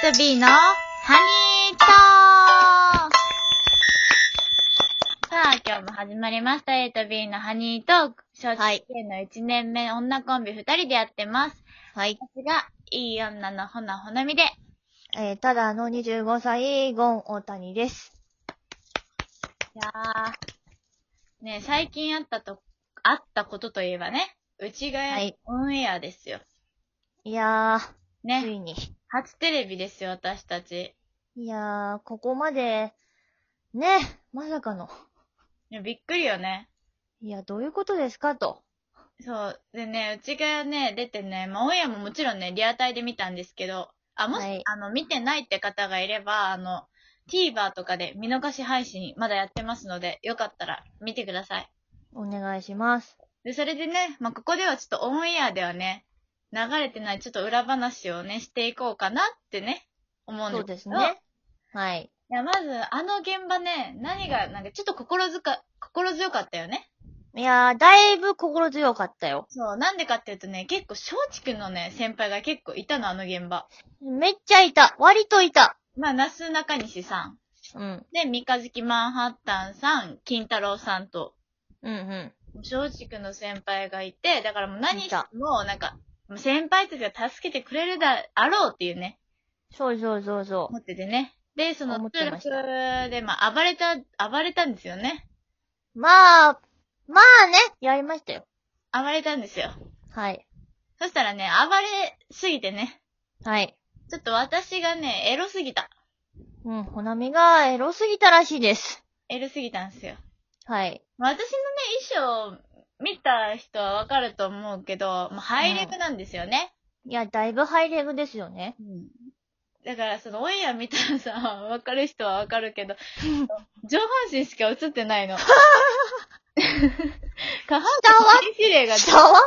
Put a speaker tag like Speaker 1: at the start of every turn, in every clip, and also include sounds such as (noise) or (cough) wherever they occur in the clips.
Speaker 1: クビーのハニートークさあ、今日も始まりました。A と B のハニートーク。小
Speaker 2: は
Speaker 1: 中
Speaker 2: い
Speaker 1: 系の1年目、女コンビ2人でやってます。
Speaker 2: はい。
Speaker 1: 私が、いい女のほなほなみで。
Speaker 2: えー、ただの25歳、ゴン・オタニです。
Speaker 1: いやー。ねえ最近あったと、あったことといえばね、うちが
Speaker 2: はい
Speaker 1: オンエアですよ。
Speaker 2: いやー、つ
Speaker 1: ね。
Speaker 2: いに。
Speaker 1: 初テレビですよ、私たち。
Speaker 2: いやー、ここまで、ね、まさかの。
Speaker 1: いやびっくりよね。
Speaker 2: いや、どういうことですかと。
Speaker 1: そう。でね、うちがね、出てね、まあ、オンエアももちろんね、リアタイで見たんですけど、あ、もし、
Speaker 2: はい
Speaker 1: あの、見てないって方がいれば、あの、TVer とかで見逃し配信まだやってますので、よかったら見てください。
Speaker 2: お願いします。
Speaker 1: で、それでね、まあ、ここではちょっとオンエアではね、流れてないちょっと裏話をね、していこうかなってね、思うんです
Speaker 2: そうですね。はい。
Speaker 1: いや、まず、あの現場ね、何が、なんかちょっと心づか、心強かったよね。
Speaker 2: いやー、だいぶ心強かったよ。
Speaker 1: そう、なんでかっていうとね、結構、松竹のね、先輩が結構いたの、あの現場。
Speaker 2: めっちゃいた。割といた。
Speaker 1: まあ、那須中西さん。
Speaker 2: うん。
Speaker 1: で、三日月マンハッタンさん、金太郎さんと、
Speaker 2: うんう
Speaker 1: 松竹の先輩がいて、だからもう何
Speaker 2: い
Speaker 1: して
Speaker 2: た
Speaker 1: も、なんか、もう先輩たちが助けてくれるだあろうっていうね、
Speaker 2: ん。そうそうそうそ
Speaker 1: 思っててね。で、そ
Speaker 2: 思
Speaker 1: の
Speaker 2: っ
Speaker 1: トゥ
Speaker 2: て
Speaker 1: ル
Speaker 2: まし
Speaker 1: クで、まあ、暴れた、暴れたんですよね。
Speaker 2: う。まあ、まあね、やりましたよ。
Speaker 1: 暴れたんですよ。
Speaker 2: はい。
Speaker 1: そしたらね、暴れすぎてね、
Speaker 2: はい。
Speaker 1: ちょっと私がね、エロすぎた。
Speaker 2: うん、ほなみがエロすぎたらしいです。
Speaker 1: エロすぎたんですよ。
Speaker 2: はい。
Speaker 1: まあ私のね、衣装、見た人はわかると思うけど、もうハイレグなんですよね。
Speaker 2: いや、だいぶハイレグですよね。
Speaker 1: うんだから、その、オンエア見たらさ、 (laughs) わかる人はわかるけ
Speaker 2: (laughs)
Speaker 1: ど、上半身しか映ってないの。下半身指令が、
Speaker 2: 下は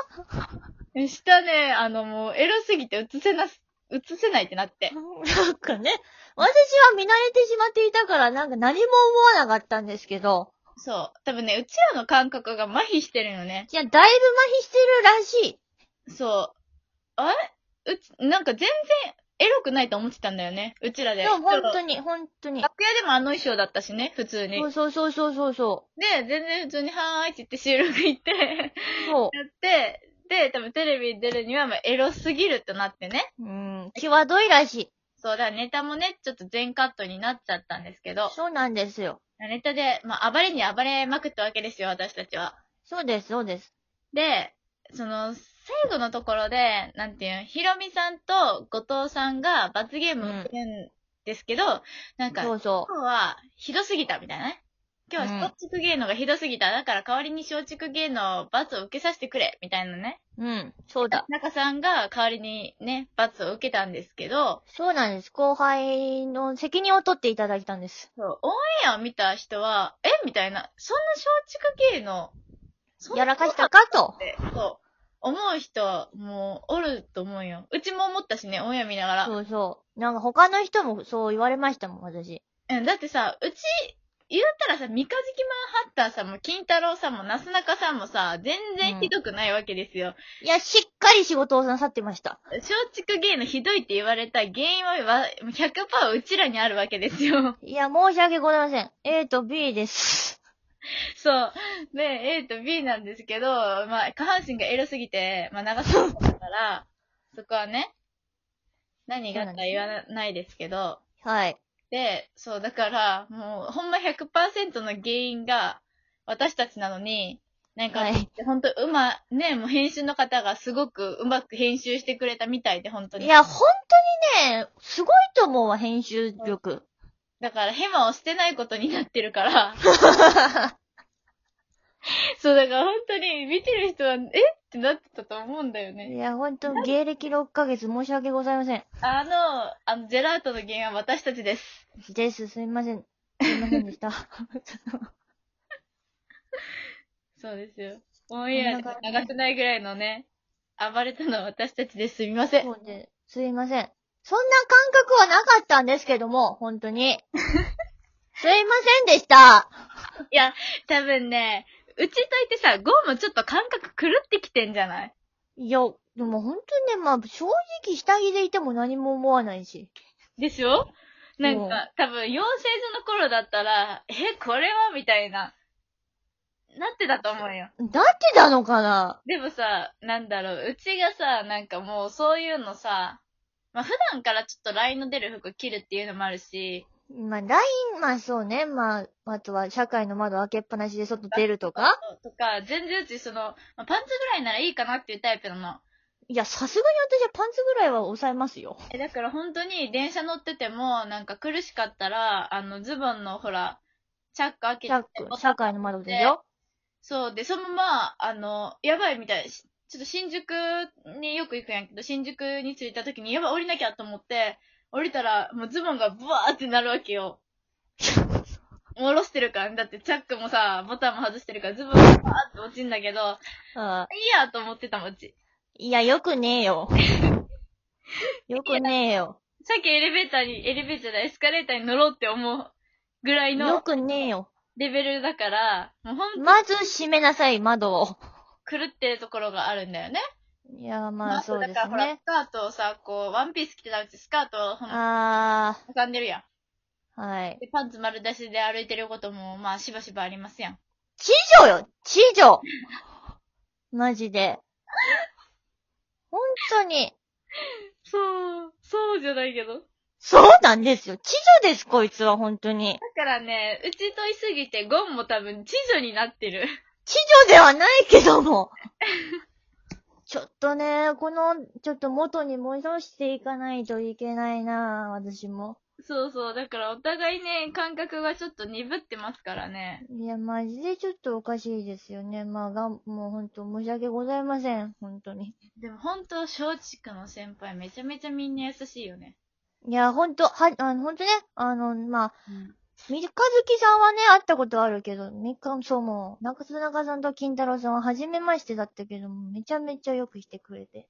Speaker 1: 下ね、あの、もう、エロすぎて映せなす、映せないってなって。
Speaker 2: (laughs) なんかね、私は見慣れてしまっていたから、なんか何も思わなかったんですけど、
Speaker 1: そう。多分ね、うちらの感覚が麻痺してるよね。
Speaker 2: いや、だいぶ麻痺してるらしい。
Speaker 1: そう。あれうち、なんか全然、エロくないと思ってたんだよね。うちらで。
Speaker 2: でも本当
Speaker 1: に。
Speaker 2: に、本当に。
Speaker 1: 楽屋でもあの衣装だったしね、普通に。
Speaker 2: そうそうそうそうそうそ
Speaker 1: で、全然普通に、はーいって言って収録行って、
Speaker 2: う。そ
Speaker 1: やって、で、多分テレビに出るには、まあ、エロすぎるとなってね。
Speaker 2: う。うん、際どいらしい。
Speaker 1: そう、だからネタもね、ちょっと全カットになっちゃったんですけど、
Speaker 2: そうなんですよ。
Speaker 1: ネタで、まあ、暴れに暴れまくったわけですよ、私たちは。
Speaker 2: そうです、そうです。
Speaker 1: で、その、最後のところで、なんていうん、ヒロミさんと後藤さんが罰ゲームをするんですけど、なんか、
Speaker 2: そ
Speaker 1: 今
Speaker 2: うそ
Speaker 1: 日はひどすぎたみたいなね。今日は松竹芸能がひどすぎた。だから代わりに松竹芸能罰を受けさせてくれ、みたいなね。
Speaker 2: う。うん、そうだ。
Speaker 1: 中さんが代わりにね、罰を受けたんですけど、
Speaker 2: そうなんです。後輩の責任を取っていただいたんです。
Speaker 1: そうオンエアを見た人は、えみたいな、そんな松竹芸能、そんな
Speaker 2: やらかしたかと
Speaker 1: っ。て、そう、思う人、もう、おると思うよ。うちも思ったしね、オンエア見ながら。
Speaker 2: そうそう。なんか他の人もそう言われましたもん、私。
Speaker 1: うん、だってさ、うち、言ったらさ、三日月マンハッタンさんも、金太郎さんも、なすなかさんもさ、全然ひどくないわけですよ。
Speaker 2: いや、しっかり仕事をなさってました。
Speaker 1: 松竹芸能ひどいって言われた原因はわ、100%うちらにあるわけですよ。
Speaker 2: いや、申し訳ございません。A と B です。
Speaker 1: そう。で、A と B なんですけど、まあ、下半身がエロすぎて、まあ、長すぎた
Speaker 2: (laughs)
Speaker 1: から、そこはね、何があったら言わないですけど、
Speaker 2: (laughs) はい。
Speaker 1: で、そう、だから、もう、ほんま100%の原因が、私たちなのに、なんか、
Speaker 2: はい
Speaker 1: ほんと、うま、ね、もう編集の方がすごくうまく編集してくれたみたいで、本当に。
Speaker 2: いや、本当にね、すごいと思うわ、編集力。
Speaker 1: だから、ヘマを捨てないことになってる
Speaker 2: (laughs)
Speaker 1: から。そう、だから本当に見てる人は、えってなってたと思うんだよ
Speaker 2: い
Speaker 1: ね。
Speaker 2: や、本当芸歴6ヶ月申し訳ございません。
Speaker 1: あの、あの、ジェラートの原因は私たちです。
Speaker 2: です、すいません。 (laughs) すいませんでした。
Speaker 1: そうですよ。オンエアで流せないぐらいのね、暴れたのは私たちです。すみません。
Speaker 2: そうですいません。そんな感覚はなかったんですけども、本当 (laughs) に。すいませんでした。
Speaker 1: いや、多分ね、うちといてさ、ゴーもちょっと感覚狂ってきてんじゃない
Speaker 2: いや、でも本当にね、まあ、正直下着でいても何も思わないし。
Speaker 1: でしょなん
Speaker 2: うん
Speaker 1: か、多分、養成所の頃だったら、え、これはみたいな、なってたと思うよ。
Speaker 2: だってなのかな
Speaker 1: でもさ、なんだろう、うちがさ、なんかもうそういうのさ、まあ普段からちょっとラインの出る服着るっていうのもあるし、
Speaker 2: まあ、ライン、まあそうね。まあ、あとは社会の窓開けっぱなしで外出るとか
Speaker 1: とか、全然うちその、まあ、パンツぐらいならいいかなっていうタイプなの。
Speaker 2: いや、さすがに私はパンツぐらいは抑えますよ。
Speaker 1: え、だから本当に電車乗ってても、なんか苦しかったら、あの、ズボンのほら、チャック開け
Speaker 2: チャッ
Speaker 1: て、
Speaker 2: ク、社会の窓でよ。
Speaker 1: そう、で、そのまま、あの、やばいみたい、しちょっと新宿によく行くんやけど、新宿に着いた時に、やばい降りなきゃと思って、降りたら、もうズボンがブワーってなるわけ
Speaker 2: (laughs)
Speaker 1: よ。下ろしてるから、ね、だってチャックもさ、ボタンも外してるから、ズボンがバーって落ちんだけど、い
Speaker 2: うん
Speaker 1: いやと思ってたもん、うち。
Speaker 2: いや、よくねえ
Speaker 1: (laughs)
Speaker 2: よ。よくねえよ。
Speaker 1: さっきエレベーターに、エレベーターじゃないエスカレーターに乗ろうって思うぐらい
Speaker 2: よ
Speaker 1: の
Speaker 2: くねえよ。
Speaker 1: レベルだから、もうほんと
Speaker 2: まず閉めなさい、窓を。
Speaker 1: 狂ってるところがあるんだよね。
Speaker 2: いや、まあそうで
Speaker 1: だか
Speaker 2: す
Speaker 1: らほら、
Speaker 2: ね
Speaker 1: ス。カートをさ、こう、ワンピース着てたうち、スカートをほら、
Speaker 2: あ
Speaker 1: 挟んでるやん。
Speaker 2: ー、はい。
Speaker 1: で、パンツ丸出しで歩いてることも、まあ、しばしばありますやん。
Speaker 2: 地上よ地上マジで。本当に。
Speaker 1: そう、そうじゃないけど。だ
Speaker 2: そうなんですよ。地上です、こいつは、本当に。
Speaker 1: からね、うちと言いすぎて、ゴンも多分、知女になってる。
Speaker 2: 地上ではないけども。ちょっとね、この、ちょっと元に戻していかないといけないな私も。
Speaker 1: (laughs) そうそう、だからお互いね、感覚がちょっと鈍ってますからね。
Speaker 2: いや、マジでちょっとおかしいですよね。まあ、がん、もう本当申し訳ございません。本当に。
Speaker 1: でも本当、松竹の先輩、めちゃめちゃみんな優しいよね。
Speaker 2: いや、本当は、あの、本当ね、あの、まあ、
Speaker 1: うん。
Speaker 2: 三日月さんはね、会ったことあるけど、三日、そうもう、中津中さんと金太郎さんは初めましてだったけども、めちゃめちゃよくしてくれて。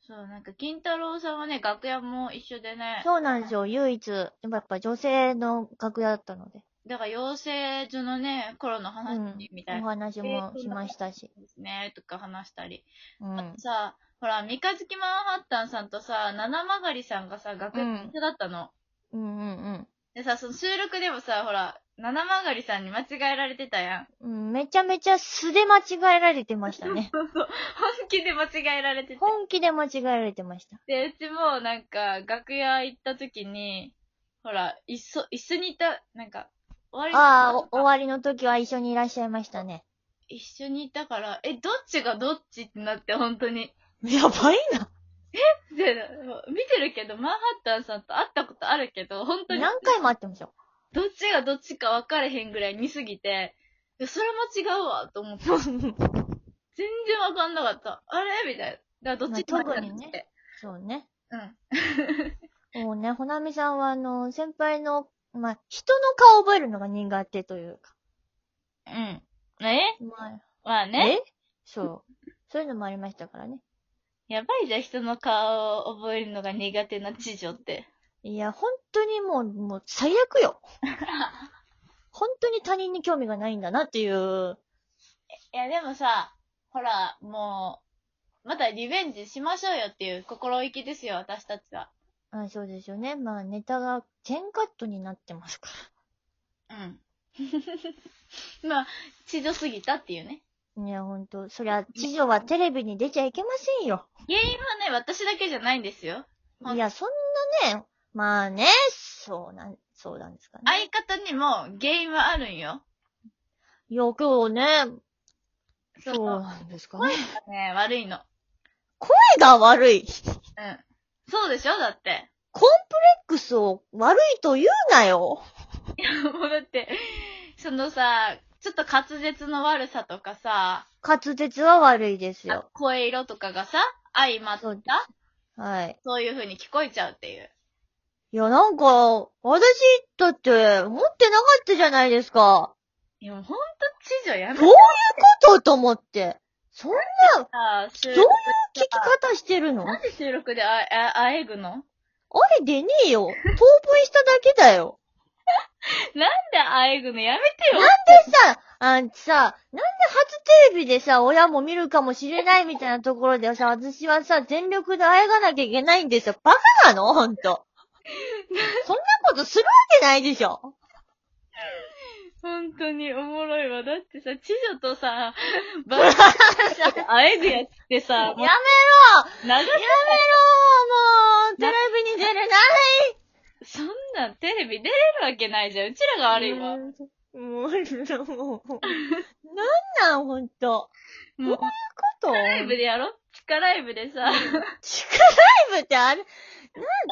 Speaker 1: そう、なんか、金太郎さんはね、楽屋も一緒でね、
Speaker 2: そうなんですよ、唯一。やっぱやっぱ女性の楽屋だったので。
Speaker 1: だから養成所のね、頃の話みたい
Speaker 2: お
Speaker 1: な。
Speaker 2: 話もしましたし。
Speaker 1: ですね、とか話したり。
Speaker 2: うん。
Speaker 1: あとさ、ほら、三日月マンハッタンさんとさ、七曲りさんがさ、学園一緒だったの。
Speaker 2: うんうん
Speaker 1: でさ、その収録でもさ、ほら、七曲りさんに間違えられてたやん。。
Speaker 2: うん。うん、めちゃめちゃ素で間違えられてましたね
Speaker 1: (laughs) そうそう。本気で間違えられてて。
Speaker 2: 本気で間違えられてました。
Speaker 1: で、うちもなんか、楽屋行った時に、ほら、一緒、一緒にいた、なんか、終わ
Speaker 2: あ
Speaker 1: り
Speaker 2: あ、お終わりの時は一緒にいらっしゃいまし
Speaker 1: (laughs)
Speaker 2: たね。
Speaker 1: 一緒にいたから、え、どっちがどっちってなって、本当に。
Speaker 2: やばいな。
Speaker 1: で、見てるけど、マンハッタンさんと会ったことあるけど、本当に。
Speaker 2: (laughs) 何回も会ってましたよ。
Speaker 1: どっちがどっちか分かれへんぐらい似すぎて、いや、それも違うわ、と思って。 (laughs) 全然分かんなかった。あれみたいな。だからどっち
Speaker 2: まあ
Speaker 1: も
Speaker 2: 特にね
Speaker 1: って。
Speaker 2: そうね。
Speaker 1: うん。
Speaker 2: もうね、ほなみさんは、あの、先輩の、まあ、人の顔を覚えるのが苦手というか。
Speaker 1: うん。ね
Speaker 2: ま
Speaker 1: まあ
Speaker 2: あ、
Speaker 1: ね。
Speaker 2: えそう。そういうのもありましたからね。
Speaker 1: やばいじゃん、人の顔を覚えるのが苦手な知女って。
Speaker 2: いや、本当にもう、もう、最悪 (laughs) よ。本当に他人に興味がないんだなっていう。
Speaker 1: いや、でもさ、ほら、もう、またリベンジしましょうよっていう心意気ですよ、私たちは。
Speaker 2: あそうですよね。まあ、ネタが全カットになってますか
Speaker 1: うん。 (laughs) まあ、知女すぎたっていうね。
Speaker 2: ら。いや、ほんと。そりゃ、地上はテレビに出ちゃいけませんよ。
Speaker 1: 原因はね、私だけじゃないんですよ。ほん
Speaker 2: いや、そんなね、まあね、そうなん、そうなんですかね。
Speaker 1: 相方にも原因はあるんよ。
Speaker 2: よくをね、
Speaker 1: そ
Speaker 2: そううなんですかね。
Speaker 1: ね悪いの。
Speaker 2: 声が悪い。
Speaker 1: うん。そうでしょだって。 (laughs)
Speaker 2: コンプレックスを悪いと言うなよ。
Speaker 1: もうだって、そのさ、ちょっと滑舌の悪さとかさ、
Speaker 2: 滑舌は悪いです
Speaker 1: あ
Speaker 2: よ。
Speaker 1: 声色とかがさ、相まった
Speaker 2: そう
Speaker 1: そ
Speaker 2: ではい。
Speaker 1: ういう風に聞こえちゃうっていう。
Speaker 2: いや、なんか、私、だって、思ってなかったじゃないですか。
Speaker 1: いや、もうほんと知女やめ
Speaker 2: どういうことと思って。そんな
Speaker 1: た。収
Speaker 2: どういう
Speaker 1: 録
Speaker 2: 聞き方してるのあ
Speaker 1: なんで収録であ、あ、あえぐのなん
Speaker 2: れ出ねえよ。当分しただけだよ。
Speaker 1: であえぐのやめてよ。
Speaker 2: さ、あんさ、なんで初テレビでさ、親も見るかもしれないみたいなところでさ、私はさ、全力であえがなきゃいけないんですよ。バカなのほんと。そんなことするわけないでしょ
Speaker 1: 本当におもろいわ。だってさ、知女と
Speaker 2: (laughs)
Speaker 1: さ、バラで会えるやつってさ
Speaker 2: や、め
Speaker 1: も
Speaker 2: ろ
Speaker 1: う
Speaker 2: や
Speaker 1: 長
Speaker 2: めろ
Speaker 1: い
Speaker 2: もうテレビに出れない
Speaker 1: そんなんテレビ出れるわけないじゃん。うちらが悪いわ。も
Speaker 2: もう、もう、なんなん、ほんと。
Speaker 1: う、地
Speaker 2: こと
Speaker 1: 下ライブでやろ地下ライブでさ、
Speaker 2: 地下ライブってあれ、な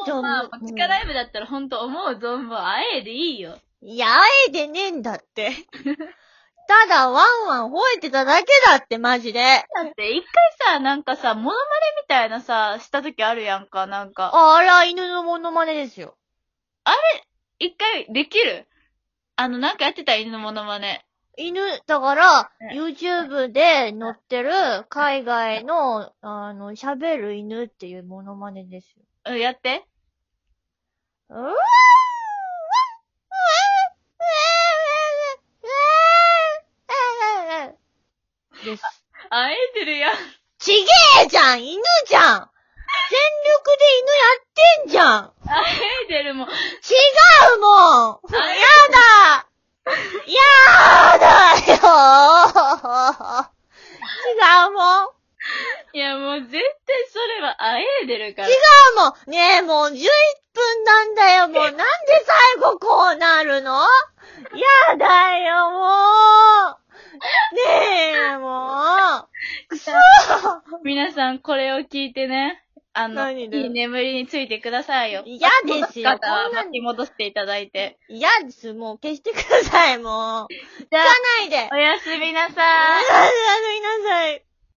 Speaker 2: んと
Speaker 1: まあ、地下ラ
Speaker 2: イ
Speaker 1: イブだったらほんと思う存分会えでいいよ。
Speaker 2: ブいや、会えてねえんだって。ただ、ワンワン吠えてただけだって、マジで。
Speaker 1: だって、一回さ、なんかさ、モノマネみたいなさ、した時あるやんか、なんか。
Speaker 2: あら、犬のモノマネですよ。
Speaker 1: 一回、できるあの、なんかやってた犬のモノマネ。
Speaker 2: 犬、だから、
Speaker 1: ね
Speaker 2: YouTube で載ってる海外の、あの、喋る犬っていうモノマネですよ。
Speaker 1: うん、やって。
Speaker 2: うわーです。
Speaker 1: 会えてるやん。
Speaker 2: ちげえじゃん犬じゃん全力で犬やってんじゃん
Speaker 1: 会えてるもん。
Speaker 2: 違うも
Speaker 1: あ
Speaker 2: ん
Speaker 1: れ
Speaker 2: やだやだよ違うもん
Speaker 1: いや、もう絶対それは会えてるから。
Speaker 2: 違うもんねえ、もう11分なんだよ、もう。なんで最後こうなるのやだよ、もう。ねえ、もう。くそ
Speaker 1: 皆さん、これを聞いてね、あの、い
Speaker 2: 何で
Speaker 1: い眠りについてくださいよ。
Speaker 2: 嫌ですよ、
Speaker 1: 方
Speaker 2: こ
Speaker 1: は
Speaker 2: んな
Speaker 1: 巻き
Speaker 2: に。
Speaker 1: 戻していただいて。
Speaker 2: 嫌です、もう消してください、もう。
Speaker 1: じゃ
Speaker 2: 聞かないで。
Speaker 1: あ、おやすみなさー
Speaker 2: あ
Speaker 1: い。
Speaker 2: あの、いなさい。